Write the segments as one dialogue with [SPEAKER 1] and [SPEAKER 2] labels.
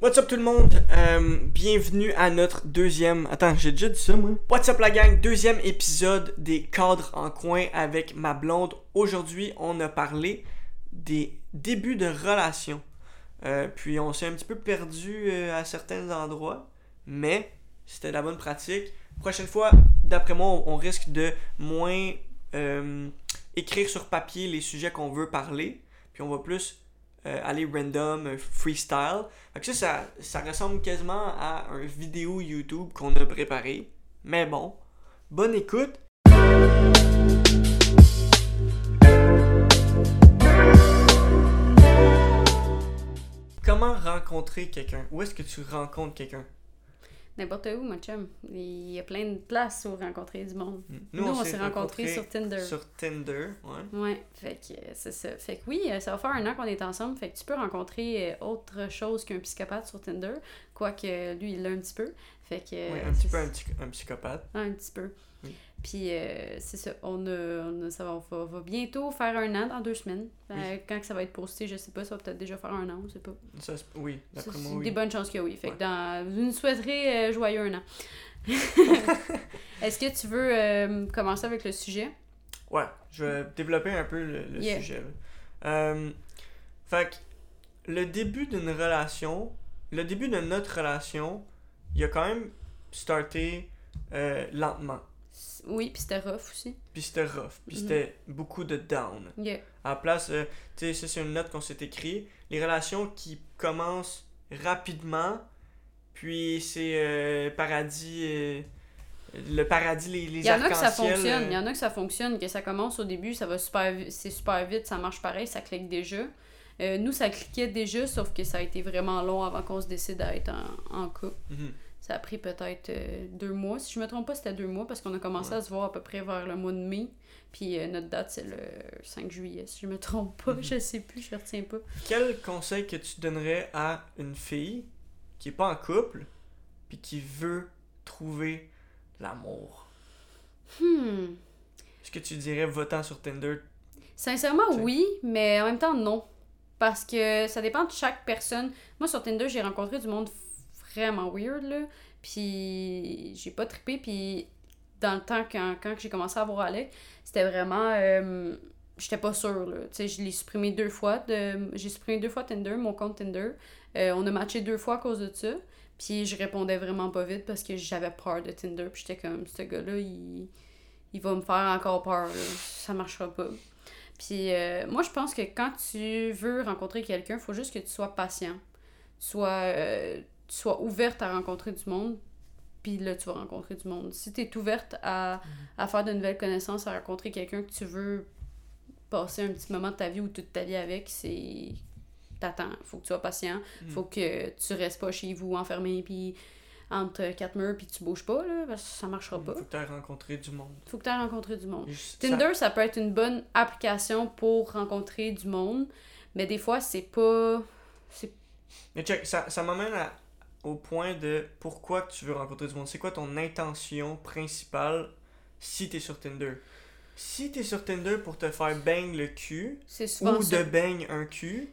[SPEAKER 1] What's up tout le monde? Euh, bienvenue à notre deuxième. Attends, j'ai déjà dit ça moi. What's up la gang? Deuxième épisode des cadres en coin avec ma blonde. Aujourd'hui, on a parlé des débuts de relation. Euh, puis on s'est un petit peu perdu euh, à certains endroits, mais c'était de la bonne pratique. Prochaine fois, d'après moi, on- on risque de moins euh, écrire sur papier les sujets qu'on veut parler, puis on va plus euh, aller random, euh, freestyle. Fait que ça, ça, ça ressemble quasiment à une vidéo YouTube qu'on a préparée. Mais bon, bonne écoute. Comment rencontrer quelqu'un? Où est-ce que tu rencontres quelqu'un?
[SPEAKER 2] N'importe où, mon chum. Il y a plein de places où rencontrer du monde.
[SPEAKER 1] Nous,
[SPEAKER 2] Nous, on s'est rencontrés, sur Tinder.
[SPEAKER 1] sur Tinder, ouais.
[SPEAKER 2] Ouais, fait que euh, c'est ça. Fait que oui, euh, ça va faire un an qu'on est ensemble. Fait que tu peux rencontrer euh, autre chose qu'un psychopathe sur Tinder. Quoique euh, lui, il l'a un petit peu. Fait que. euh,
[SPEAKER 1] Ouais, un petit peu
[SPEAKER 2] c'est-
[SPEAKER 1] un, petit- un psychopathe.
[SPEAKER 2] Ah, un petit peu.
[SPEAKER 1] Oui.
[SPEAKER 2] Puis euh, c'est ça, on, a- on a- ça va, on va- va bientôt faire un an dans deux semaines. Euh,
[SPEAKER 1] Oui.
[SPEAKER 2] Quand que ça va être posté, je sais pas, ça va peut-être déjà faire un an, je sais pas.
[SPEAKER 1] Ça, c'est- oui,
[SPEAKER 2] Ça,
[SPEAKER 1] d'après
[SPEAKER 2] c'est
[SPEAKER 1] moi, oui.
[SPEAKER 2] des bonnes chances que oui. Fait que
[SPEAKER 1] Ouais.
[SPEAKER 2] dans, vous nous souhaiterez euh, joyeux un an. Est-ce que tu veux euh, commencer avec le sujet?
[SPEAKER 1] Ouais, je vais développer un peu le, le
[SPEAKER 2] Yeah.
[SPEAKER 1] sujet. là. Euh, fait que le début d'une relation, le début de notre relation, il a quand même starté euh, lentement.
[SPEAKER 2] S- Oui, puis c'était rough aussi.
[SPEAKER 1] Puis c'était rough, puis
[SPEAKER 2] Mhm.
[SPEAKER 1] c'était beaucoup de down.
[SPEAKER 2] Yeah.
[SPEAKER 1] À la place, euh, tu sais, ça c'est une note qu'on s'est écrite. Les relations qui commencent rapidement, puis c'est euh, paradis, euh, le paradis, les, les
[SPEAKER 2] Il y en a que ça
[SPEAKER 1] arcs-en-ciel,
[SPEAKER 2] fonctionne,
[SPEAKER 1] euh,
[SPEAKER 2] il y en a que ça fonctionne, que ça commence au début, ça va super vi- c'est super vite, ça marche pareil, ça clique déjà. Euh, nous, ça cliquait déjà, sauf que ça a été vraiment long avant qu'on se décide à être en, en couple.
[SPEAKER 1] Mhm.
[SPEAKER 2] Ça a pris peut-être euh, deux mois. Si je me trompe pas, c'était deux mois parce qu'on a commencé à se voir à peu près vers le mois de mai. Puis euh, notre date, c'est le 5 juillet. Si je me trompe pas,
[SPEAKER 1] Mhm.
[SPEAKER 2] je sais plus, je retiens pas.
[SPEAKER 1] Quel conseil que tu donnerais à une fille qui est pas en couple puis qui veut trouver l'amour?
[SPEAKER 2] Hmm.
[SPEAKER 1] Est-ce que tu dirais votant sur Tinder?
[SPEAKER 2] Sincèrement,
[SPEAKER 1] Tu sais.
[SPEAKER 2] oui, mais en même temps, non. Parce que ça dépend de chaque personne. Moi, sur Tinder, j'ai rencontré du monde vraiment weird, là. Puis j'ai pas trippé. Puis dans le temps, quand, quand j'ai commencé à voir Alec, c'était vraiment... euh, J'étais pas sûre, là. Tu sais, je l'ai supprimé deux fois. de- J'ai supprimé deux fois Tinder, mon compte Tinder. Euh, on a matché deux fois à cause de ça. Puis je répondais vraiment pas vite parce que j'avais peur de Tinder. Puis j'étais comme, ce gars-là, il... il va me faire encore peur. là. Ça marchera pas. Puis euh, moi, je pense que quand tu veux rencontrer quelqu'un, il faut juste que tu sois patient. Tu sois, euh, tu sois ouverte à rencontrer du monde, puis là, tu vas rencontrer du monde. Si tu es ouverte à, à faire de nouvelles connaissances, à rencontrer quelqu'un que tu veux passer un petit moment de ta vie ou toute ta vie avec, c'est. T'attends. Faut que tu sois patient.
[SPEAKER 1] Mm.
[SPEAKER 2] Faut que tu restes pas chez vous enfermé, puis entre quatre murs, puis tu bouges pas, là, parce que ça marchera
[SPEAKER 1] Faut
[SPEAKER 2] pas.
[SPEAKER 1] que tu rencontré du monde.
[SPEAKER 2] Faut que tu aies rencontré du monde.
[SPEAKER 1] Et je-
[SPEAKER 2] Tinder, ça peut être une bonne application pour rencontrer du monde, mais des fois, c'est pas. c'est-
[SPEAKER 1] ça- Mais check, ça, ça m'amène à- au point de pourquoi tu veux rencontrer du monde. C'est quoi ton intention principale si t'es sur Tinder? Si t'es sur Tinder pour te faire bang le cul,
[SPEAKER 2] C'est souvent.
[SPEAKER 1] ou
[SPEAKER 2] ça.
[SPEAKER 1] de baigne un cul,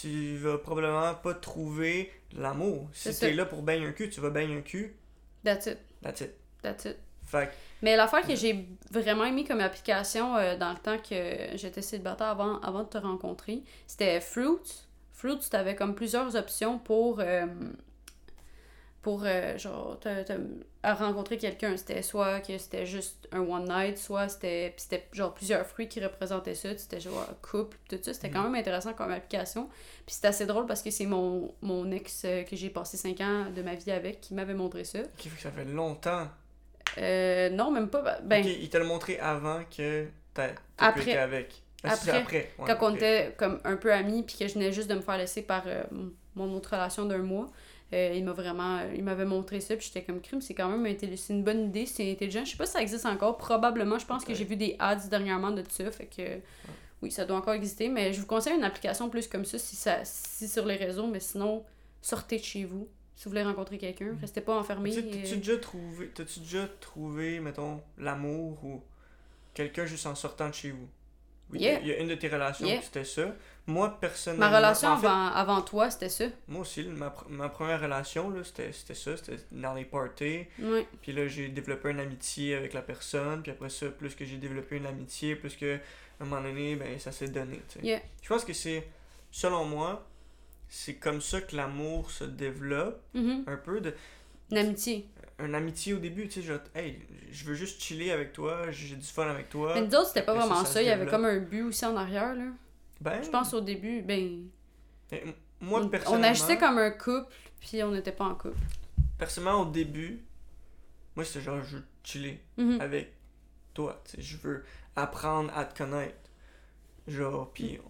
[SPEAKER 1] tu vas probablement pas trouver l'amour. Si
[SPEAKER 2] C'est
[SPEAKER 1] t'es
[SPEAKER 2] ça.
[SPEAKER 1] là pour baigner un cul, tu vas baigner un cul,
[SPEAKER 2] That's it.
[SPEAKER 1] that's it.
[SPEAKER 2] That's it.
[SPEAKER 1] Fait que,
[SPEAKER 2] Mais l'affaire que j'ai vraiment aimé comme application euh, dans le temps que j'étais célibataire avant, avant de te rencontrer, c'était Fruits. Fruits, t'avais comme plusieurs options pour. euh, pour euh, genre te- te- à rencontrer quelqu'un c'était soit que c'était juste un one night soit c'était puis c'était genre plusieurs fruits qui représentaient ça c'était genre un couple tout ça c'était quand même intéressant comme application puis c'est assez drôle parce que c'est mon, mon ex euh, que j'ai passé 5 ans de ma vie avec qui m'avait montré ça
[SPEAKER 1] qui fait que ça fait longtemps.
[SPEAKER 2] Euh, non même pas ben
[SPEAKER 1] Ok, il te l'a montré avant que t'as t'as pu
[SPEAKER 2] Après.
[SPEAKER 1] être avec. Ah, c'est après. ouais,
[SPEAKER 2] quand on
[SPEAKER 1] ok.
[SPEAKER 2] était comme un peu amis puis que je venais juste de me faire laisser par euh, m- mon autre relation d'un mois euh, il m'a vraiment il m'avait montré ça puis j'étais comme crime c'est quand même intelli- c'est une bonne idée c'est intelligent je sais pas si ça existe encore probablement je pense que
[SPEAKER 1] Ouais.
[SPEAKER 2] j'ai vu des ads dernièrement de ça fait que oui ça doit encore exister mais je vous conseille une application plus comme ça si ça si sur les réseaux mais sinon sortez de chez vous si vous voulez rencontrer quelqu'un restez pas enfermé
[SPEAKER 1] Mm.
[SPEAKER 2] euh,
[SPEAKER 1] Tu sais, T'as-tu déjà trouvé, t'as-tu déjà trouvé, mettons, l'amour ou quelqu'un juste en sortant de chez vous? Oui,
[SPEAKER 2] Yeah.
[SPEAKER 1] il y a une de tes relations,
[SPEAKER 2] Yeah.
[SPEAKER 1] c'était ça. Moi, personnellement.
[SPEAKER 2] Ma relation
[SPEAKER 1] en fait,
[SPEAKER 2] avant, avant toi, c'était ça.
[SPEAKER 1] Moi aussi, ma, pr- ma première relation, là, c'était c'était ça. C'était dans les parties.
[SPEAKER 2] Ouais.
[SPEAKER 1] Puis là, j'ai développé une amitié avec la personne. Puis après ça, plus que j'ai développé une amitié, plus que à un moment donné, ben, ça s'est donné. tu sais.
[SPEAKER 2] Yeah.
[SPEAKER 1] Je pense que c'est, selon moi, c'est comme ça que l'amour se développe
[SPEAKER 2] Mhm.
[SPEAKER 1] un peu. De,
[SPEAKER 2] Une amitié.
[SPEAKER 1] une amitié au début, tu sais, genre, hey, je veux juste chiller avec toi, j'ai du fun avec toi.
[SPEAKER 2] Mais nous autres, c'était pas
[SPEAKER 1] Après Ah, ça,
[SPEAKER 2] vraiment ça.
[SPEAKER 1] ça se
[SPEAKER 2] Il y avait
[SPEAKER 1] développe.
[SPEAKER 2] comme un but aussi en arrière, là.
[SPEAKER 1] Ben,
[SPEAKER 2] Je pense au début, ben.
[SPEAKER 1] eh, m- moi,
[SPEAKER 2] on- on,
[SPEAKER 1] personnellement,
[SPEAKER 2] agissait comme un couple, puis on n'était pas en couple.
[SPEAKER 1] personnellement, au début, moi, c'est genre, je veux chiller.
[SPEAKER 2] Mhm.
[SPEAKER 1] avec toi. tu sais, Je veux apprendre à te connaître. Genre, puis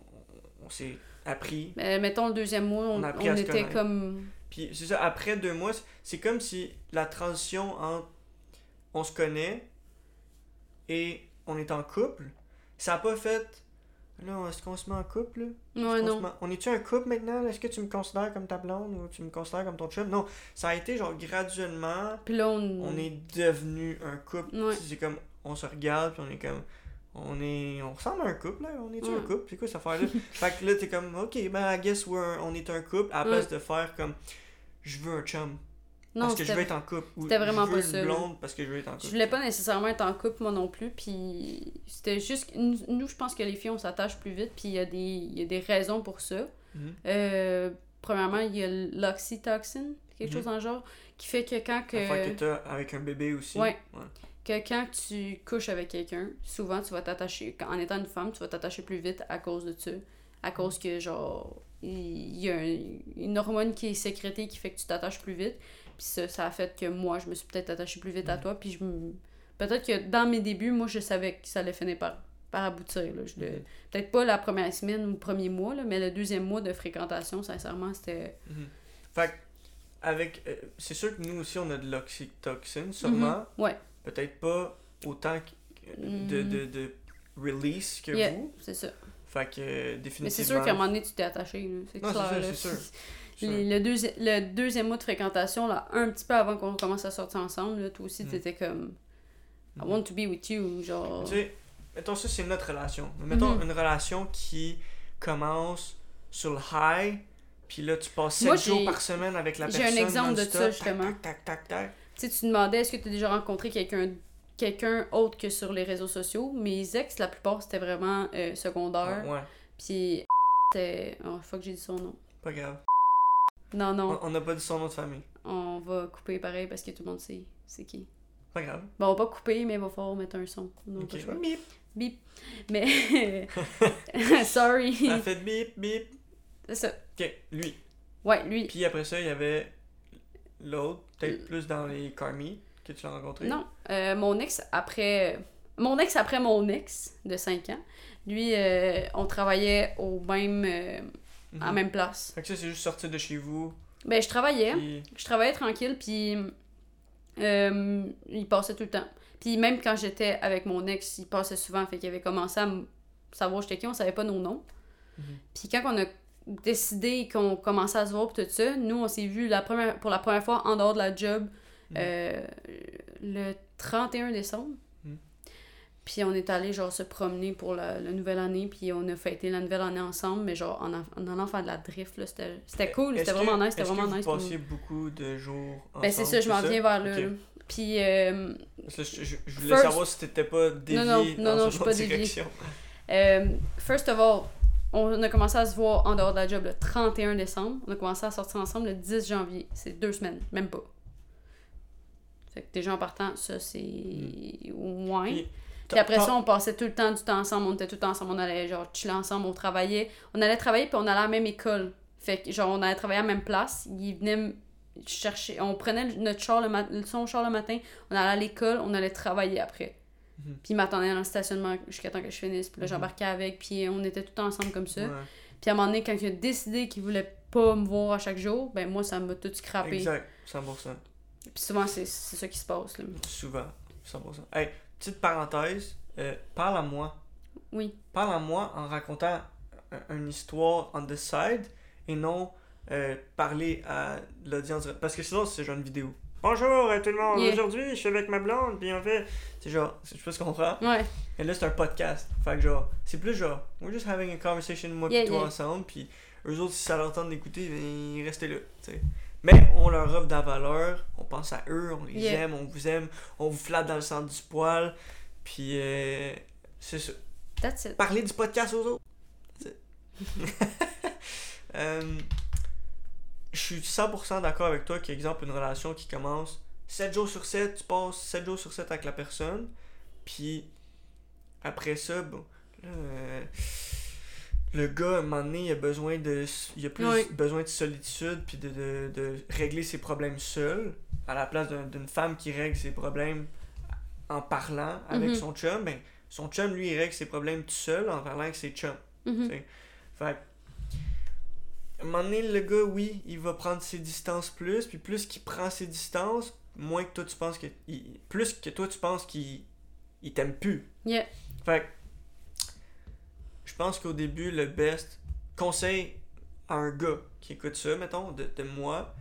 [SPEAKER 1] on, on s'est appris.
[SPEAKER 2] Mais mettons le deuxième mot, on,
[SPEAKER 1] On a appris
[SPEAKER 2] on
[SPEAKER 1] à se
[SPEAKER 2] était
[SPEAKER 1] connaître.
[SPEAKER 2] comme.
[SPEAKER 1] Puis c'est ça, après deux mois, c'est- c'est comme si la transition entre on se connaît et on est en couple, ça a pas fait. Là, est-ce qu'on se met en couple? là?
[SPEAKER 2] Ouais,
[SPEAKER 1] Est-ce qu'on se
[SPEAKER 2] Euh, non.
[SPEAKER 1] met- On est-tu un couple maintenant? là? Est-ce que tu me considères comme ta blonde ou tu me considères comme ton chum? Non, ça a été genre graduellement.
[SPEAKER 2] Puis là, on.
[SPEAKER 1] on est devenu un couple.
[SPEAKER 2] Ouais.
[SPEAKER 1] C'est comme, on se regarde, puis on est comme, on est, on ressemble à un couple, là. On est-tu
[SPEAKER 2] Ouais.
[SPEAKER 1] un couple? C'est quoi cette affaire-là? fait que là, t'es comme, ok, ben, I guess we're, on est un couple, à la place de faire comme, je veux un chum,
[SPEAKER 2] Non,
[SPEAKER 1] parce que je
[SPEAKER 2] c'était-
[SPEAKER 1] veux être en couple. Ou
[SPEAKER 2] c'était vraiment
[SPEAKER 1] je veux
[SPEAKER 2] pas
[SPEAKER 1] une
[SPEAKER 2] ça, là.
[SPEAKER 1] blonde, parce que je veux être en couple.
[SPEAKER 2] Je voulais pas nécessairement être en couple, moi non plus, puis c'était juste... Nous, nous, je pense que les filles, on s'attache plus vite, puis il y, a des- il y a des raisons pour ça.
[SPEAKER 1] Mhm.
[SPEAKER 2] Euh, premièrement, il y a l'oxytocine, quelque
[SPEAKER 1] Mhm.
[SPEAKER 2] chose dans le genre, qui fait que quand que...
[SPEAKER 1] Affaire que t'as avec un bébé aussi.
[SPEAKER 2] Ouais. que quand tu couches avec quelqu'un, souvent tu vas t'attacher, en étant une femme, tu vas t'attacher plus vite à cause de ça. À cause que, genre, il y a un- une hormone qui est sécrétée qui fait que tu t'attaches plus vite. Puis ça, ça a fait que moi, je me suis peut-être attachée plus
[SPEAKER 1] Mm.
[SPEAKER 2] vite à toi. Puis je me- Peut-être que dans mes débuts, moi, je savais que ça allait finir par, par aboutir. là. Je le-
[SPEAKER 1] Mhm.
[SPEAKER 2] Peut-être pas la première semaine ou le premier mois, là, mais le deuxième mois de fréquentation, sincèrement, c'était.
[SPEAKER 1] Mhm. Fait que, avec, euh, c'est sûr que nous aussi, on a de l'oxytocine, sûrement.
[SPEAKER 2] Mhm. Ouais, Mm.
[SPEAKER 1] Peut-être pas autant que- de, de, de release que
[SPEAKER 2] Yeah.
[SPEAKER 1] vous.
[SPEAKER 2] c'est ça.
[SPEAKER 1] Fait que, euh, définitivement.
[SPEAKER 2] Mais c'est sûr qu'à un moment donné, tu t'es attaché. là. C'est
[SPEAKER 1] Non, c'est
[SPEAKER 2] clair.
[SPEAKER 1] sûr,
[SPEAKER 2] là.
[SPEAKER 1] c'est sûr. Sûr.
[SPEAKER 2] Les- le, deuxi- le deuxième mois de fréquentation, là, un petit peu avant qu'on commence à sortir ensemble, là, toi aussi,
[SPEAKER 1] Mm.
[SPEAKER 2] t'étais comme I
[SPEAKER 1] Mhm.
[SPEAKER 2] want to be with you. Genre.
[SPEAKER 1] Tu sais, mettons ça, c'est notre relation. Mais Mettons
[SPEAKER 2] Mhm.
[SPEAKER 1] une relation qui commence sur le high, puis là, tu passes 7
[SPEAKER 2] Moi, j'ai-
[SPEAKER 1] jours par semaine avec la
[SPEAKER 2] j'ai
[SPEAKER 1] personne.
[SPEAKER 2] un exemple de
[SPEAKER 1] non-stop,
[SPEAKER 2] ça,
[SPEAKER 1] tac,
[SPEAKER 2] justement.
[SPEAKER 1] Tac, tac, tac, tac.
[SPEAKER 2] Tu sais, tu demandais est-ce que tu as déjà rencontré quelqu'un quelqu'un autre que sur les réseaux sociaux. Mes ex, la plupart, c'était vraiment euh, secondaire.
[SPEAKER 1] Ah, Ouais, ouais,
[SPEAKER 2] Puis c'était. Oh, fuck, j'ai dit son nom.
[SPEAKER 1] pas grave.
[SPEAKER 2] Non, non,
[SPEAKER 1] On- On n'a pas dit son nom de famille.
[SPEAKER 2] on va couper pareil parce que tout le monde sait c'est qui.
[SPEAKER 1] Pas grave.
[SPEAKER 2] Bon, on va pas couper, mais il va falloir mettre un son. On n'a
[SPEAKER 1] Ok.
[SPEAKER 2] pas le choix.
[SPEAKER 1] Bip.
[SPEAKER 2] Bip. Mais. Sorry.
[SPEAKER 1] Ça fait bip, bip.
[SPEAKER 2] C'est ça.
[SPEAKER 1] Ok, lui.
[SPEAKER 2] Ouais, lui.
[SPEAKER 1] Puis après ça, il y avait l'autre, peut-être plus dans les Carmi que tu l'as rencontré.
[SPEAKER 2] Euh. Non, euh, mon ex après mon ex après mon ex de 5 ans, lui euh, on travaillait au même euh,
[SPEAKER 1] Mhm.
[SPEAKER 2] à la même place.
[SPEAKER 1] Fait que ça, c'est juste sortir de chez vous.
[SPEAKER 2] Ben je travaillais,
[SPEAKER 1] puis-
[SPEAKER 2] je travaillais tranquille puis euh, il passait tout le temps. Puis même quand j'étais avec mon ex, il passait souvent fait qu'il avait commencé à me savoir j'étais qui, on savait pas nos noms.
[SPEAKER 1] Mhm.
[SPEAKER 2] Puis quand on a décidé qu'on commençait à se voir pis tout ça, nous on s'est vu la première pour la première fois en dehors de la job
[SPEAKER 1] Mhm.
[SPEAKER 2] euh, le 31 décembre.
[SPEAKER 1] Mhm.
[SPEAKER 2] Puis on est allé genre se promener pour la, la nouvelle année, puis on a fêté la nouvelle année ensemble, mais genre en, en, en allant faire de la drift, là, c'était c'était cool,
[SPEAKER 1] Euh, Est-ce
[SPEAKER 2] c'était
[SPEAKER 1] que-
[SPEAKER 2] vraiment nice, c'était
[SPEAKER 1] est-ce que
[SPEAKER 2] vraiment
[SPEAKER 1] vous
[SPEAKER 2] nice. pour nous.
[SPEAKER 1] passiez beaucoup de jours ensemble.
[SPEAKER 2] Ben c'est ça, je m'en
[SPEAKER 1] tout
[SPEAKER 2] viens vers là.
[SPEAKER 1] Ok.
[SPEAKER 2] là. Puis euh,
[SPEAKER 1] Parce que Je, je- je voulais
[SPEAKER 2] First-
[SPEAKER 1] savoir si t'étais pas dévié
[SPEAKER 2] non, non,
[SPEAKER 1] dans
[SPEAKER 2] non,
[SPEAKER 1] une
[SPEAKER 2] je suis
[SPEAKER 1] autre
[SPEAKER 2] pas déviée.
[SPEAKER 1] direction.
[SPEAKER 2] Euh, first of all, on a commencé à se voir en dehors de la job le 31 décembre. On a commencé à sortir ensemble le 10 janvier. C'est deux semaines, même pas. Fait que déjà en partant, ça c'est moins.
[SPEAKER 1] Hmm. Puis,
[SPEAKER 2] Puis, après ça, on passait tout le temps du temps ensemble. On était tout le temps ensemble. On allait genre chiller ensemble. On travaillait. On allait travailler puis on allait à la même école. Fait que genre on allait travailler à la même place. Il venait me chercher. On prenait le- notre char le mat- son char le matin. On allait à l'école. On allait travailler après.
[SPEAKER 1] Mhm.
[SPEAKER 2] Puis il m'attendait dans le stationnement jusqu'à temps que je finisse. Puis là,
[SPEAKER 1] Mhm.
[SPEAKER 2] j'embarquais avec. Puis on était tout le temps ensemble comme ça.
[SPEAKER 1] Ouais,
[SPEAKER 2] Puis à un moment donné, quand il a décidé qu'il voulait pas me voir à chaque jour, ben moi, ça m'a tout scrappé.
[SPEAKER 1] Exact, 100%.
[SPEAKER 2] Puis souvent, c'est c'est ça qui se passe. là.
[SPEAKER 1] Souvent, 100%. Hey, petite parenthèse, euh, parle à moi.
[SPEAKER 2] Oui.
[SPEAKER 1] Parle à moi en racontant un- une histoire on the side et non euh, parler à l'audience. Parce que sinon, c'est genre une vidéo. Bonjour euh, tout le monde,
[SPEAKER 2] Yeah.
[SPEAKER 1] aujourd'hui je suis avec ma blonde, puis on fait. C'est genre, je sais pas ce qu'on comprend.
[SPEAKER 2] Ouais.
[SPEAKER 1] Et là c'est un podcast. Fait que genre, c'est plus genre, we're just having a conversation moi et
[SPEAKER 2] Yeah,
[SPEAKER 1] toi
[SPEAKER 2] yeah.
[SPEAKER 1] ensemble, puis eux autres si ça leur tente d'écouter, ben, restez là, tu sais. Mais on leur offre de la valeur, on pense à eux, on les
[SPEAKER 2] Yeah.
[SPEAKER 1] aime, on vous aime, on vous flatte dans le sang du poil, puis euh, c'est ça.
[SPEAKER 2] That's it.
[SPEAKER 1] Parler du podcast aux autres. C'est- Euh, je suis 100% d'accord avec toi qu'exemple, une relation qui commence 7 jours sur 7, tu passes 7 jours sur 7 avec la personne, puis après ça, bon, là, euh, le gars, à un moment donné, il a besoin de, il a plus
[SPEAKER 2] Oui.
[SPEAKER 1] besoin de solitude, puis de, de- de régler ses problèmes seul, à la place d'un- d'une femme qui règle ses problèmes en parlant avec
[SPEAKER 2] Mhm.
[SPEAKER 1] son chum, ben, son chum, lui, il règle ses problèmes tout seul en parlant avec ses chums.
[SPEAKER 2] Mhm.
[SPEAKER 1] C'est- Fait que, à un moment donné, le gars, oui, il va prendre ses distances plus, puis plus qu'il prend ses distances, moins que toi tu penses que. il- plus que toi tu penses qu'il il t'aime plus.
[SPEAKER 2] Yeah.
[SPEAKER 1] Fait que, je pense qu'au début, le best conseil à un gars qui écoute ça, mettons, de, de moi,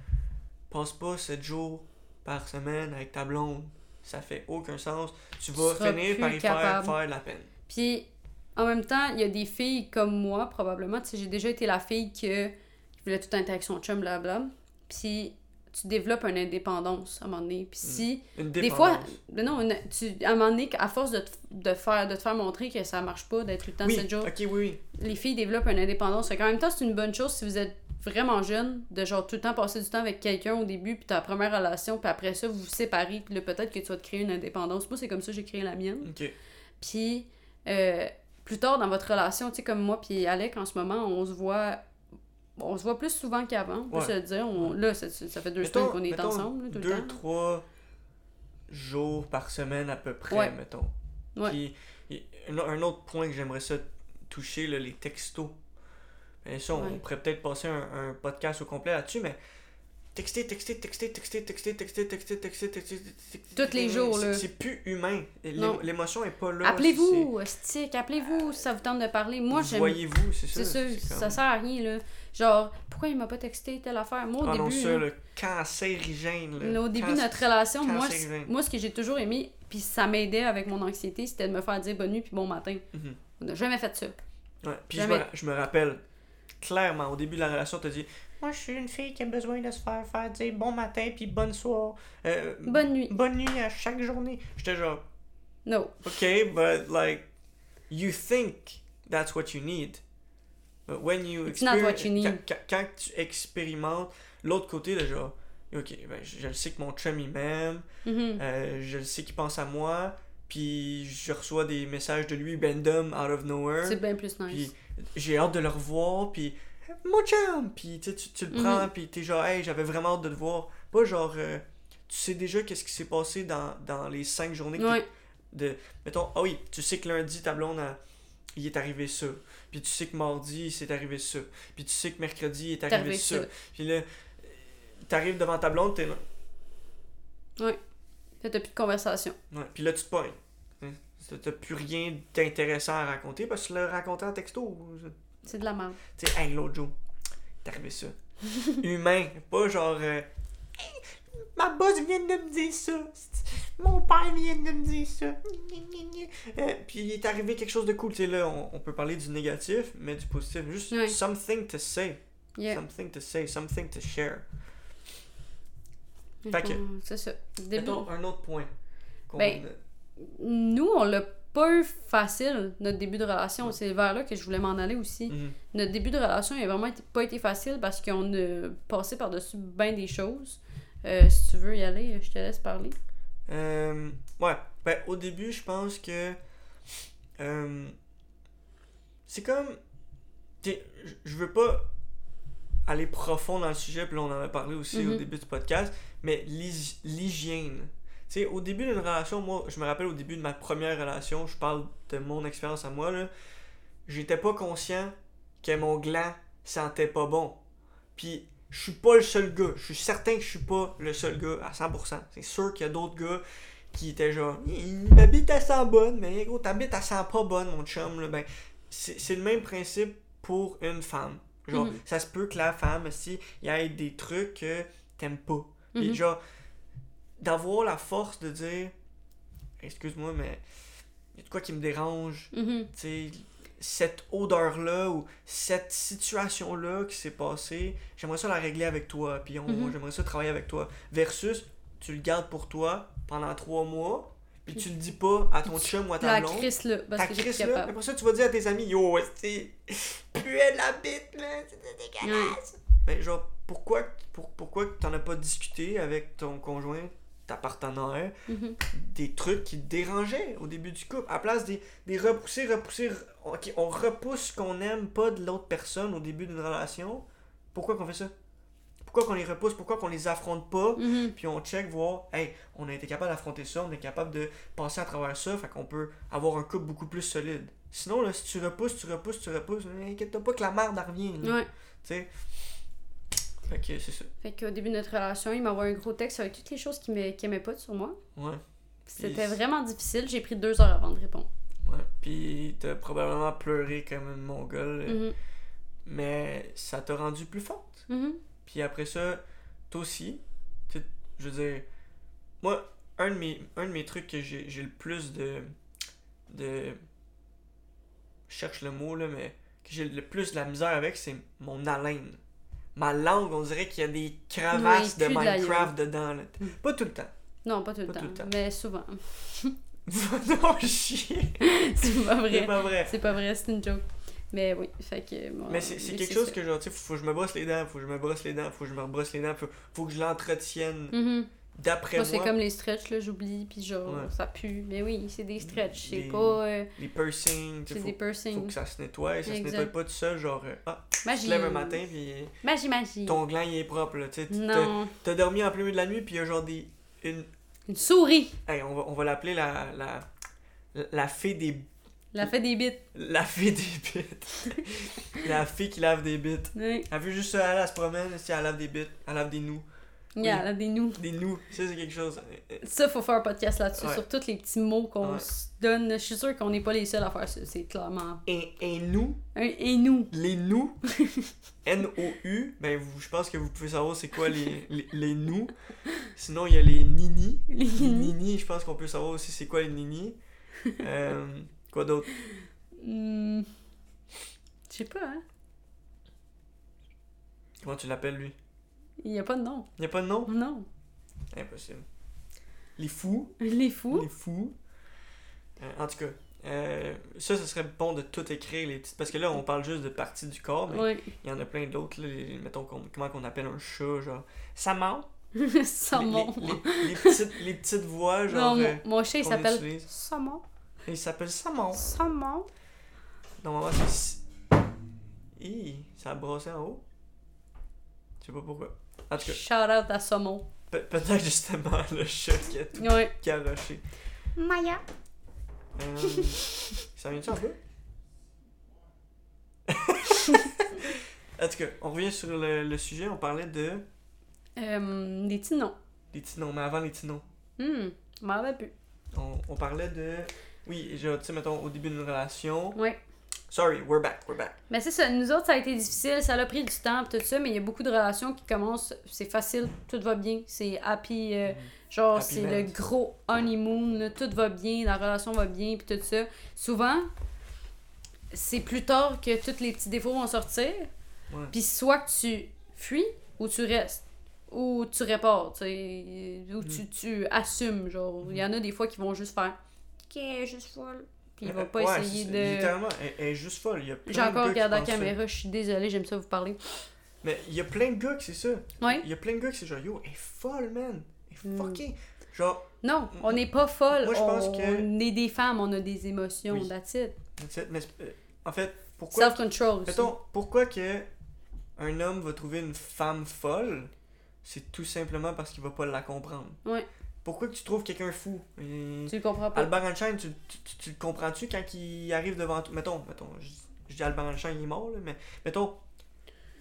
[SPEAKER 1] passe pas 7 jours par semaine avec ta blonde. Ça fait aucun sens. Tu vas
[SPEAKER 2] seras
[SPEAKER 1] finir
[SPEAKER 2] plus
[SPEAKER 1] par y faire,
[SPEAKER 2] capable.
[SPEAKER 1] faire de la peine.
[SPEAKER 2] Puis en même temps, il y a des filles comme moi, probablement. Tu sais, j'ai déjà été la fille que, qui voulait toute interaction chum, blabla. Puis tu développes une indépendance à un moment donné. Puis si,
[SPEAKER 1] Une
[SPEAKER 2] des fois,
[SPEAKER 1] dépendance.
[SPEAKER 2] ben non, une- tu, à un moment donné, à force de te, de faire, de te faire montrer que ça marche pas, d'être tout le temps
[SPEAKER 1] oui,
[SPEAKER 2] 7 jours,
[SPEAKER 1] ok, oui, oui.
[SPEAKER 2] les filles développent une indépendance. Fait qu'en même temps, c'est une bonne chose si vous êtes vraiment jeune, de genre tout le temps passer du temps avec quelqu'un au début, puis ta première relation, puis après ça, vous vous séparez, puis là, peut-être que tu vas te créer une indépendance. Moi, c'est comme ça que j'ai créé la mienne.
[SPEAKER 1] Ok.
[SPEAKER 2] Puis euh, plus tard dans votre relation, tu sais, comme moi puis Alec en ce moment, on se voit on se voit plus souvent qu'avant, on peut
[SPEAKER 1] Ouais.
[SPEAKER 2] se le dire. On, là, ça, ça fait deux
[SPEAKER 1] Mettons-
[SPEAKER 2] semaines qu'on est
[SPEAKER 1] mettons
[SPEAKER 2] ensemble, là, tout
[SPEAKER 1] deux,
[SPEAKER 2] le temps.
[SPEAKER 1] trois jours par semaine à peu près,
[SPEAKER 2] Ouais.
[SPEAKER 1] mettons.
[SPEAKER 2] Ouais.
[SPEAKER 1] Puis, y- un, au- un autre point que j'aimerais ça toucher, là, les textos. Mais ça, on
[SPEAKER 2] Ouais.
[SPEAKER 1] pourrait peut-être passer un, un podcast au complet là-dessus, mais texter, texter, texter, texter, texter, texter, texter, texter, texter, texter, texter,
[SPEAKER 2] Tous les jours,
[SPEAKER 1] c'est-
[SPEAKER 2] là.
[SPEAKER 1] C'est plus humain. Et l'é-
[SPEAKER 2] Non.
[SPEAKER 1] L'émotion est pas là.
[SPEAKER 2] Appelez-vous, stick, appelez-vous si ça vous tente de parler.
[SPEAKER 1] c'est-
[SPEAKER 2] Moi, j'aime.
[SPEAKER 1] Voyez-vous, c'est ça.
[SPEAKER 2] C'est sûr,
[SPEAKER 1] comme-
[SPEAKER 2] ça sert à rien, là. Genre, pourquoi il m'a pas texté telle affaire? Moi, au
[SPEAKER 1] Ah non,
[SPEAKER 2] début.
[SPEAKER 1] ça,
[SPEAKER 2] là,
[SPEAKER 1] le cancérigène. là.
[SPEAKER 2] Là, au début de
[SPEAKER 1] Canc-
[SPEAKER 2] notre relation, moi,
[SPEAKER 1] cancer
[SPEAKER 2] c-
[SPEAKER 1] humain.
[SPEAKER 2] moi, ce que j'ai toujours aimé, puis ça m'aidait avec mon anxiété, c'était de me faire dire bonne nuit puis bon matin.
[SPEAKER 1] Mhm.
[SPEAKER 2] On n'a jamais fait ça.
[SPEAKER 1] Ouais, puis je me,
[SPEAKER 2] Jamais.
[SPEAKER 1] ra- je me rappelle clairement, au début de la relation, t'as dit Moi, je suis une fille qui a besoin de se faire faire dire bon matin puis bonne soirée. euh,
[SPEAKER 2] Bonne nuit.
[SPEAKER 1] Bonne nuit à chaque journée. J'étais genre
[SPEAKER 2] No.
[SPEAKER 1] OK, but like, you think that's what you need. But when you
[SPEAKER 2] It's not what
[SPEAKER 1] experi-
[SPEAKER 2] you need.
[SPEAKER 1] quand- Quand, quand tu expérimentes l'autre côté, de genre OK, ben, je, je le sais que mon chum, il m'aime.
[SPEAKER 2] Mhm.
[SPEAKER 1] euh, je le sais qu'il pense à moi. Puis je reçois des messages de lui, random, out of nowhere.
[SPEAKER 2] C'est bien plus nice.
[SPEAKER 1] Puis j'ai hâte de le revoir, puis mon chum! Puis tu, sais, tu, tu le
[SPEAKER 2] Mhm.
[SPEAKER 1] prends, puis t'es genre, hey, j'avais vraiment hâte de te voir. Pas genre, euh, tu sais déjà qu'est-ce qui s'est passé dans, dans les cinq journées que
[SPEAKER 2] Ouais,
[SPEAKER 1] de mettons ah oui tu sais que lundi ta blonde a- il est arrivé ça puis tu sais que mardi c'est arrivé ça puis tu sais que mercredi il est arrivé,
[SPEAKER 2] arrivé
[SPEAKER 1] ça.
[SPEAKER 2] ça.
[SPEAKER 1] puis là euh, t'arrives devant ta blonde t'es là
[SPEAKER 2] Fait que t'as plus de conversation.
[SPEAKER 1] ouais. puis là tu te pognes Hein? T'as- t'as plus rien d'intéressant à raconter parce que tu l'as raconté en texto
[SPEAKER 2] C'est de la merde.
[SPEAKER 1] Tu sais, hey, l'autre jour, t'es arrivé ça. Humain, pas genre. euh, Hey, ma boss vient de me dire ça. Mon père vient de me dire ça. Euh, puis il est arrivé quelque chose de cool. Tu sais, là, on, on peut parler du négatif, mais du positif. Juste
[SPEAKER 2] Ouais.
[SPEAKER 1] something to say.
[SPEAKER 2] Yeah.
[SPEAKER 1] Something to say, something to share. Fait que-
[SPEAKER 2] Mhm, C'est ça. Début.
[SPEAKER 1] Mettons, un autre point. qu'on-
[SPEAKER 2] Ben, Nous, on l'a pas eu facile, notre début de relation. C'est vers là que je voulais m'en aller aussi.
[SPEAKER 1] Mhm.
[SPEAKER 2] Notre début de relation, il a vraiment été- pas été facile parce qu'on a passé par-dessus bien des choses. Euh, si tu veux y aller, je te laisse parler.
[SPEAKER 1] Euh, ouais, ben au début, je pense que euh, c'est comme tu sais, je- je veux pas aller profond dans le sujet, puis là, on en a parlé aussi au
[SPEAKER 2] Mhm.
[SPEAKER 1] début du podcast, mais l'hyg- l'hygiène. Tu sais, au début d'une relation, moi, je me rappelle au début de ma première relation, je parle de mon expérience à moi, là, j'étais pas conscient que mon gland sentait pas bon. Puis, je suis pas le seul gars. Je suis certain que je suis pas le seul gars à 100%. C'est sûr qu'il y a d'autres gars qui étaient genre, ma bite à 100 bonne, mais gros, ta bite à 100 pas bonne, mon chum. Là, ben, c'est c'est le même principe pour une femme. Genre,
[SPEAKER 2] Mhm.
[SPEAKER 1] ça se peut que la femme, si, il y ait des trucs que t'aimes pas. Puis
[SPEAKER 2] Mhm.
[SPEAKER 1] genre, d'avoir la force de dire excuse-moi, mais il y a de quoi qui me dérange.
[SPEAKER 2] Mhm.
[SPEAKER 1] Tu sais, cette odeur-là ou cette situation-là qui s'est passée, j'aimerais ça la régler avec toi. Puis on-
[SPEAKER 2] Mhm.
[SPEAKER 1] j'aimerais ça travailler avec toi. Versus, tu le gardes pour toi pendant trois mois, puis tu le dis pas à ton
[SPEAKER 2] Tu
[SPEAKER 1] chum ou à ta
[SPEAKER 2] La
[SPEAKER 1] blonde.
[SPEAKER 2] crise là, parce
[SPEAKER 1] Ta
[SPEAKER 2] que j'étais
[SPEAKER 1] crise là,
[SPEAKER 2] capable.
[SPEAKER 1] après ça, tu vas dire à tes amis, yo, c'est puer de la bite, là, c'est dégueulasse. Ben, genre, pourquoi, pour, pourquoi que t'en as pas discuté avec ton conjoint, ta partenaire,
[SPEAKER 2] Mhm.
[SPEAKER 1] des trucs qui te dérangeaient au début du couple, à place des, des repousser, repousser, re- ok, on repousse ce qu'on aime pas de l'autre personne au début d'une relation, pourquoi qu'on fait ça? Pourquoi qu'on les repousse, pourquoi qu'on les affronte pas,
[SPEAKER 2] Mhm.
[SPEAKER 1] puis on check, voir, hey, on a été capable d'affronter ça, on est capable de passer à travers ça, fait qu'on peut avoir un couple beaucoup plus solide. Sinon, là, si tu repousses, tu repousses, tu repousses, euh, inquiète-toi pas que la merde en revient. là.
[SPEAKER 2] Ouais.
[SPEAKER 1] Tu sais. Fait que c'est ça.
[SPEAKER 2] Fait qu'au début de notre relation, il m'envoie un gros texte avec toutes les choses qu'il me- qu'il aimait pas sur moi.
[SPEAKER 1] Ouais.
[SPEAKER 2] C'était
[SPEAKER 1] Puis-
[SPEAKER 2] vraiment difficile. J'ai pris deux heures avant de répondre.
[SPEAKER 1] Ouais. Puis t'as probablement pleuré comme une mongole, euh,
[SPEAKER 2] Mhm.
[SPEAKER 1] mais ça t'a rendu plus forte.
[SPEAKER 2] Mhm.
[SPEAKER 1] Puis après ça, toi aussi, tu sais, je veux dire, moi, un de mes, un de mes trucs que j'ai j'ai le plus de. de. Je cherche le mot là, mais que j'ai le plus de la misère avec, c'est mon haleine. Ma langue, on dirait qu'il y a des
[SPEAKER 2] Ouais,
[SPEAKER 1] crevasses
[SPEAKER 2] il
[SPEAKER 1] de
[SPEAKER 2] pue de la
[SPEAKER 1] Minecraft dedans. Là.
[SPEAKER 2] Mm.
[SPEAKER 1] Pas tout le temps.
[SPEAKER 2] Non, pas tout, le,
[SPEAKER 1] Pas
[SPEAKER 2] temps,
[SPEAKER 1] tout le temps.
[SPEAKER 2] Mais souvent.
[SPEAKER 1] non, chier.
[SPEAKER 2] c'est pas
[SPEAKER 1] C'est
[SPEAKER 2] vrai.
[SPEAKER 1] pas vrai.
[SPEAKER 2] C'est pas vrai, c'est une joke. Mais oui, fait que. bon,
[SPEAKER 1] Mais c'est c'est
[SPEAKER 2] oui,
[SPEAKER 1] quelque chose
[SPEAKER 2] ça.
[SPEAKER 1] que genre, tu sais, faut, faut que je me brosse les dents, faut que je me brosse les dents, faut que je me rebrosse les dents, faut, faut que je l'entretienne
[SPEAKER 2] Mhm.
[SPEAKER 1] d'après
[SPEAKER 2] Moi,
[SPEAKER 1] moi.
[SPEAKER 2] c'est comme les stretch, là, j'oublie, puis genre,
[SPEAKER 1] Ouais.
[SPEAKER 2] ça pue. Mais oui, c'est des stretch. C'est
[SPEAKER 1] Des-
[SPEAKER 2] pas. euh,
[SPEAKER 1] Les piercings, tu
[SPEAKER 2] c'est
[SPEAKER 1] sais, faut,
[SPEAKER 2] des
[SPEAKER 1] faut
[SPEAKER 2] piercings.
[SPEAKER 1] que ça se nettoie, ça se
[SPEAKER 2] Exact.
[SPEAKER 1] nettoie pas tout seul, genre, euh, ah, tu
[SPEAKER 2] Magie.
[SPEAKER 1] te lèves un matin, puis
[SPEAKER 2] Magie, magie.
[SPEAKER 1] ton euh, gland, il est propre, là, tu sais, tu t'as-
[SPEAKER 2] Ben, Non.
[SPEAKER 1] t'as dormi en plein milieu de la nuit, puis il y a genre des, une,
[SPEAKER 2] Une souris.
[SPEAKER 1] hey, on va, on va l'appeler la, la, la fée des,
[SPEAKER 2] La fait des bites.
[SPEAKER 1] la fée des bites, la fée qui lave des bites,
[SPEAKER 2] Ouais.
[SPEAKER 1] elle veut juste ça, elle, elle se promène, si elle lave des bites, elle lave des nous, Oui.
[SPEAKER 2] Yeah, elle a des nous.
[SPEAKER 1] des nous, ça c'est quelque chose, Euh, euh,
[SPEAKER 2] Ça, faut faire un podcast là-dessus,
[SPEAKER 1] Ouais.
[SPEAKER 2] sur tous les petits mots qu'on
[SPEAKER 1] Ouais.
[SPEAKER 2] se donne. Je suis sûre qu'on n'est pas les seuls à faire ça. C'est clairement.
[SPEAKER 1] un, un nous,
[SPEAKER 2] Un et nous.
[SPEAKER 1] les nous, N-O-U, ben vous, je pense que vous pouvez savoir c'est quoi les, les, les nous, sinon il y a les nini,
[SPEAKER 2] Les
[SPEAKER 1] Les
[SPEAKER 2] ni-
[SPEAKER 1] nini, je pense qu'on peut savoir aussi c'est quoi les nini. Euh, quoi d'autre
[SPEAKER 2] Hmm. Je sais pas, hein.
[SPEAKER 1] Comment tu l'appelles lui
[SPEAKER 2] Il n'y a pas de nom.
[SPEAKER 1] Il a pas de nom
[SPEAKER 2] Non.
[SPEAKER 1] Impossible. Les fous.
[SPEAKER 2] Les fous.
[SPEAKER 1] Les fous. Euh, en tout cas, euh, ça, ce serait bon de tout écrire. Les petites... Parce que là, on parle juste de parties du corps, mais il
[SPEAKER 2] Ouais.
[SPEAKER 1] y en a plein d'autres. là, les- Mettons, qu'on- comment qu'on appelle un chat, genre. Ça ment
[SPEAKER 2] Saumon.
[SPEAKER 1] Les, les- les petites, les petites voix, genre.
[SPEAKER 2] non, mon-
[SPEAKER 1] euh,
[SPEAKER 2] mon chien, il
[SPEAKER 1] qu'on
[SPEAKER 2] s'appelle
[SPEAKER 1] utilise.
[SPEAKER 2] Saumon.
[SPEAKER 1] Il s'appelle Samon.
[SPEAKER 2] Saumon.
[SPEAKER 1] Normalement, c'est. Hi, ça a brassé en haut. Je sais pas pourquoi. En tout cas,
[SPEAKER 2] Shout out à Saumon.
[SPEAKER 1] pe- peut-être justement le chat qui a tout
[SPEAKER 2] Ouais.
[SPEAKER 1] garoché.
[SPEAKER 2] Maya.
[SPEAKER 1] Euh, ça vient-tu en bleu? en tout cas, on revient sur le, le sujet. On parlait de.
[SPEAKER 2] Euh, des petits noms.
[SPEAKER 1] des petits noms, mais avant les petits noms.
[SPEAKER 2] Hmm. Je m'en rappelle plus.
[SPEAKER 1] On, on parlait de. Oui, genre, tu sais, mettons, au début d'une relation.
[SPEAKER 2] Ouais.
[SPEAKER 1] Sorry, we're back, we're back.
[SPEAKER 2] Mais c'est ça, nous autres, ça a été difficile, ça a pris du temps, pis tout ça, mais il y a beaucoup de relations qui commencent, c'est facile, tout va bien, c'est happy, euh, genre
[SPEAKER 1] Mm-hmm. Happy
[SPEAKER 2] c'est
[SPEAKER 1] man.
[SPEAKER 2] le gros honeymoon, là, tout va bien, la relation va bien, puis tout ça. Souvent, c'est plus tard que tous les petits défauts vont sortir,
[SPEAKER 1] Ouais.
[SPEAKER 2] puis soit que tu fuis ou tu restes. Ou tu répares, tu sais, ou
[SPEAKER 1] Mm.
[SPEAKER 2] tu, tu assumes, genre. Il y en a des fois qui vont juste faire « Ok, juste folle », puis ils vont pas
[SPEAKER 1] Euh, Ouais,
[SPEAKER 2] essayer
[SPEAKER 1] c'est-
[SPEAKER 2] de...
[SPEAKER 1] Littéralement, elle, elle est juste folle. Il y a plein
[SPEAKER 2] J'ai
[SPEAKER 1] de
[SPEAKER 2] encore
[SPEAKER 1] gars qui
[SPEAKER 2] regardé la
[SPEAKER 1] pensent ça.
[SPEAKER 2] caméra, je suis désolée, j'aime ça vous parler.
[SPEAKER 1] Mais il y a plein de gars que c'est ça.
[SPEAKER 2] Ouais.
[SPEAKER 1] Il y a plein de gars qui c'est genre, yo, elle est folle, man. Elle est
[SPEAKER 2] Mm.
[SPEAKER 1] fucking. Genre,
[SPEAKER 2] Non, on n'est pas folle.
[SPEAKER 1] Moi, je pense
[SPEAKER 2] on,
[SPEAKER 1] que-
[SPEAKER 2] on est des femmes, on a des émotions,
[SPEAKER 1] Oui.
[SPEAKER 2] that's it.
[SPEAKER 1] tu sais, mais c'est- euh, en fait, pourquoi.
[SPEAKER 2] Self-control. aussi.
[SPEAKER 1] Mettons, pourquoi que un homme va trouver une femme folle, c'est tout simplement parce qu'il va pas la comprendre.
[SPEAKER 2] Ouais.
[SPEAKER 1] Pourquoi que tu trouves quelqu'un fou Hum,
[SPEAKER 2] Tu le comprends pas.
[SPEAKER 1] Albert Einstein, tu, tu, tu- tu le comprends-tu quand il arrive devant toi Mettons, mettons, je, je dis Albert Einstein, il est mort, là, mais mettons.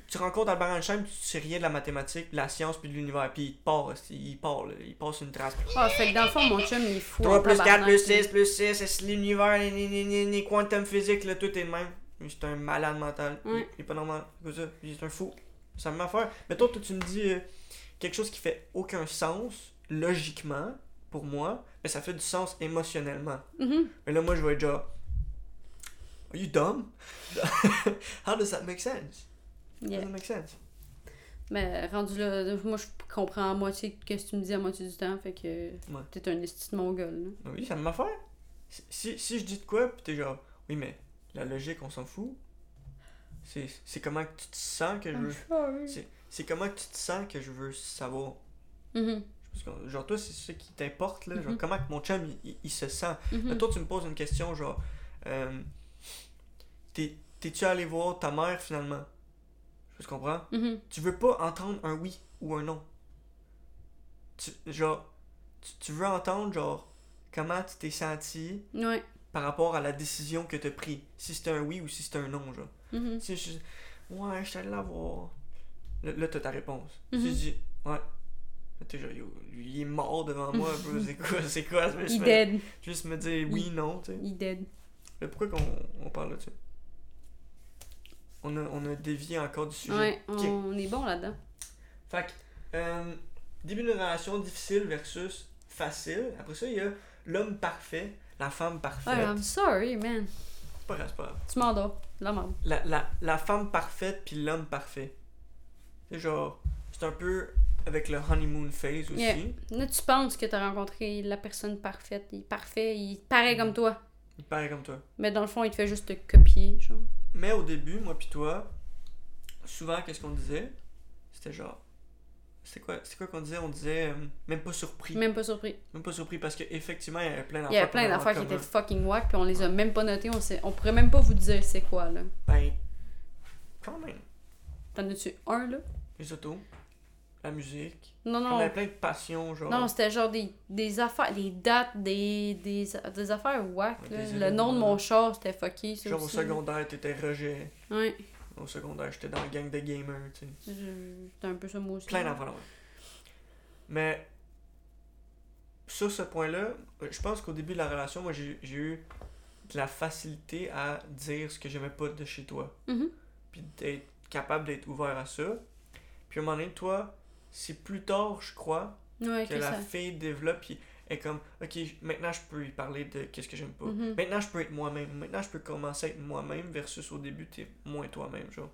[SPEAKER 1] Tu rencontres Albert Einstein, tu sais rien de la mathématique, de la science, puis de l'univers, puis il part, hostie, il part, là, il passe une trace.
[SPEAKER 2] Ah, fait que dans le fond, mon chum, il est fou.
[SPEAKER 1] 3
[SPEAKER 2] en
[SPEAKER 1] plus 4
[SPEAKER 2] tabarnak,
[SPEAKER 1] plus
[SPEAKER 2] là.
[SPEAKER 1] 6 plus 6, c'est l'univers, les, les, les, les- les quantum physique, là, tout est le même. Mais c'est un malade mental.
[SPEAKER 2] Ouais.
[SPEAKER 1] Il est pas normal. C'est ça. Il est un fou. Ça me fait affaire. Mais toi, toi, tu me dis euh, quelque chose qui fait aucun sens. logiquement, pour moi, mais ça fait du sens émotionnellement.
[SPEAKER 2] Mhm.
[SPEAKER 1] Mais là, moi, je vais être genre. Are you dumb? How does that make sense? How
[SPEAKER 2] Yeah.
[SPEAKER 1] does that make sense?
[SPEAKER 2] Mais rendu là, moi je comprends à moitié que ce que tu me dis à moitié du temps, fait que
[SPEAKER 1] Ouais.
[SPEAKER 2] t'es un esti de mongol. là.
[SPEAKER 1] Ben Oui, ça me affaire. Si- Si, si je dis de quoi, pis t'es genre, oui, mais la logique, on s'en fout. C'est c'est comment que tu te sens que je veux. C'est c'est comment que tu te sens que je veux savoir.
[SPEAKER 2] Mhm.
[SPEAKER 1] Je pense que, genre, toi, c'est ce qui t'importe, là. Genre,
[SPEAKER 2] Mhm.
[SPEAKER 1] comment que mon chum, il, il- il se sent.
[SPEAKER 2] Mhm.
[SPEAKER 1] Mais toi, tu me poses une question, genre, euh, t'es- t'es-tu allé voir ta mère finalement? Je comprends.
[SPEAKER 2] Mhm.
[SPEAKER 1] tu veux pas entendre un oui ou un non. Tu, genre, tu, tu veux entendre, genre, comment tu t'es senti
[SPEAKER 2] Ouais.
[SPEAKER 1] par rapport à la décision que t'as prise. Si c'était un oui ou si c'était un non, genre.
[SPEAKER 2] Mhm.
[SPEAKER 1] Si je ouais, je suis allé la voir. Là, là, t'as ta réponse.
[SPEAKER 2] Mhm.
[SPEAKER 1] Si je dis, ouais. Là, T'es genre, yo, lui, il est mort devant moi, bro. C'est quoi, c'est quoi? Juste
[SPEAKER 2] Mm-hmm. Il
[SPEAKER 1] me-
[SPEAKER 2] dead.
[SPEAKER 1] Juste me dire oui, non, tu sais.
[SPEAKER 2] Il dead.
[SPEAKER 1] Mais pourquoi qu'on on parle là-dessus? On a, on a dévié encore du sujet.
[SPEAKER 2] Ouais,
[SPEAKER 1] Ok.
[SPEAKER 2] on est bon là-dedans.
[SPEAKER 1] Fait que, euh, début d'une relation difficile versus facile. Après ça, il y a l'homme parfait, la femme
[SPEAKER 2] Ouais,
[SPEAKER 1] parfaite.
[SPEAKER 2] I'm sorry, man.
[SPEAKER 1] C'est pas grave, c'est pas grave.
[SPEAKER 2] Tu m'endors. La merde.
[SPEAKER 1] La, la, la femme parfaite puis l'homme parfait. C'est genre, c'est un peu avec le honeymoon phase aussi.
[SPEAKER 2] Yeah. Là, tu penses que t'as rencontré la personne parfaite. Il est parfait, il est
[SPEAKER 1] Mm.
[SPEAKER 2] pareil comme toi.
[SPEAKER 1] Il paraît comme toi.
[SPEAKER 2] Mais dans le fond, il te fait juste te copier, genre.
[SPEAKER 1] Mais au début, moi puis toi, souvent, qu'est-ce qu'on disait C'était genre. C'était quoi, c'était quoi qu'on disait On disait euh, même pas surpris.
[SPEAKER 2] Même pas surpris.
[SPEAKER 1] Même pas surpris parce qu'effectivement, il y avait plein d'affaires.
[SPEAKER 2] Il y a
[SPEAKER 1] qu'on
[SPEAKER 2] plein
[SPEAKER 1] avait en
[SPEAKER 2] d'affaires qui
[SPEAKER 1] commun.
[SPEAKER 2] étaient fucking whack, puis on les a même pas notées. On, sait- on pourrait même pas vous dire c'est quoi, là.
[SPEAKER 1] Ben, quand même.
[SPEAKER 2] T'en as-tu un, là?
[SPEAKER 1] Les autos, la musique. On
[SPEAKER 2] Non, non.
[SPEAKER 1] avait plein de passions, genre.
[SPEAKER 2] Non, c'était genre des, des affaires, des dates, des, des, des affaires whack,
[SPEAKER 1] Ouais,
[SPEAKER 2] là.
[SPEAKER 1] des
[SPEAKER 2] Le nom de
[SPEAKER 1] événements.
[SPEAKER 2] mon char, c'était fucké, ça
[SPEAKER 1] genre au
[SPEAKER 2] aussi.
[SPEAKER 1] secondaire, t'étais rejet.
[SPEAKER 2] Ouais.
[SPEAKER 1] Au secondaire, j'étais dans la gang de gamers, tu sais.
[SPEAKER 2] Je- C'était un peu ça, moi aussi.
[SPEAKER 1] Plein d'affaires, ouais. Mais, sur ce point-là, je pense qu'au début de la relation, moi, j'ai j'ai eu de la facilité à dire ce que j'aimais pas de chez toi.
[SPEAKER 2] Mhm.
[SPEAKER 1] Puis d'être capable d'être ouvert à ça. Puis à un moment donné, toi, c'est plus tard, je crois,
[SPEAKER 2] Ouais,
[SPEAKER 1] que
[SPEAKER 2] que
[SPEAKER 1] la
[SPEAKER 2] ça.
[SPEAKER 1] fille développe puis est comme ok j- maintenant je peux lui parler de qu'est-ce que j'aime pas
[SPEAKER 2] Mhm.
[SPEAKER 1] maintenant je peux être moi-même maintenant je peux commencer à être moi-même versus au début t'es moins toi-même genre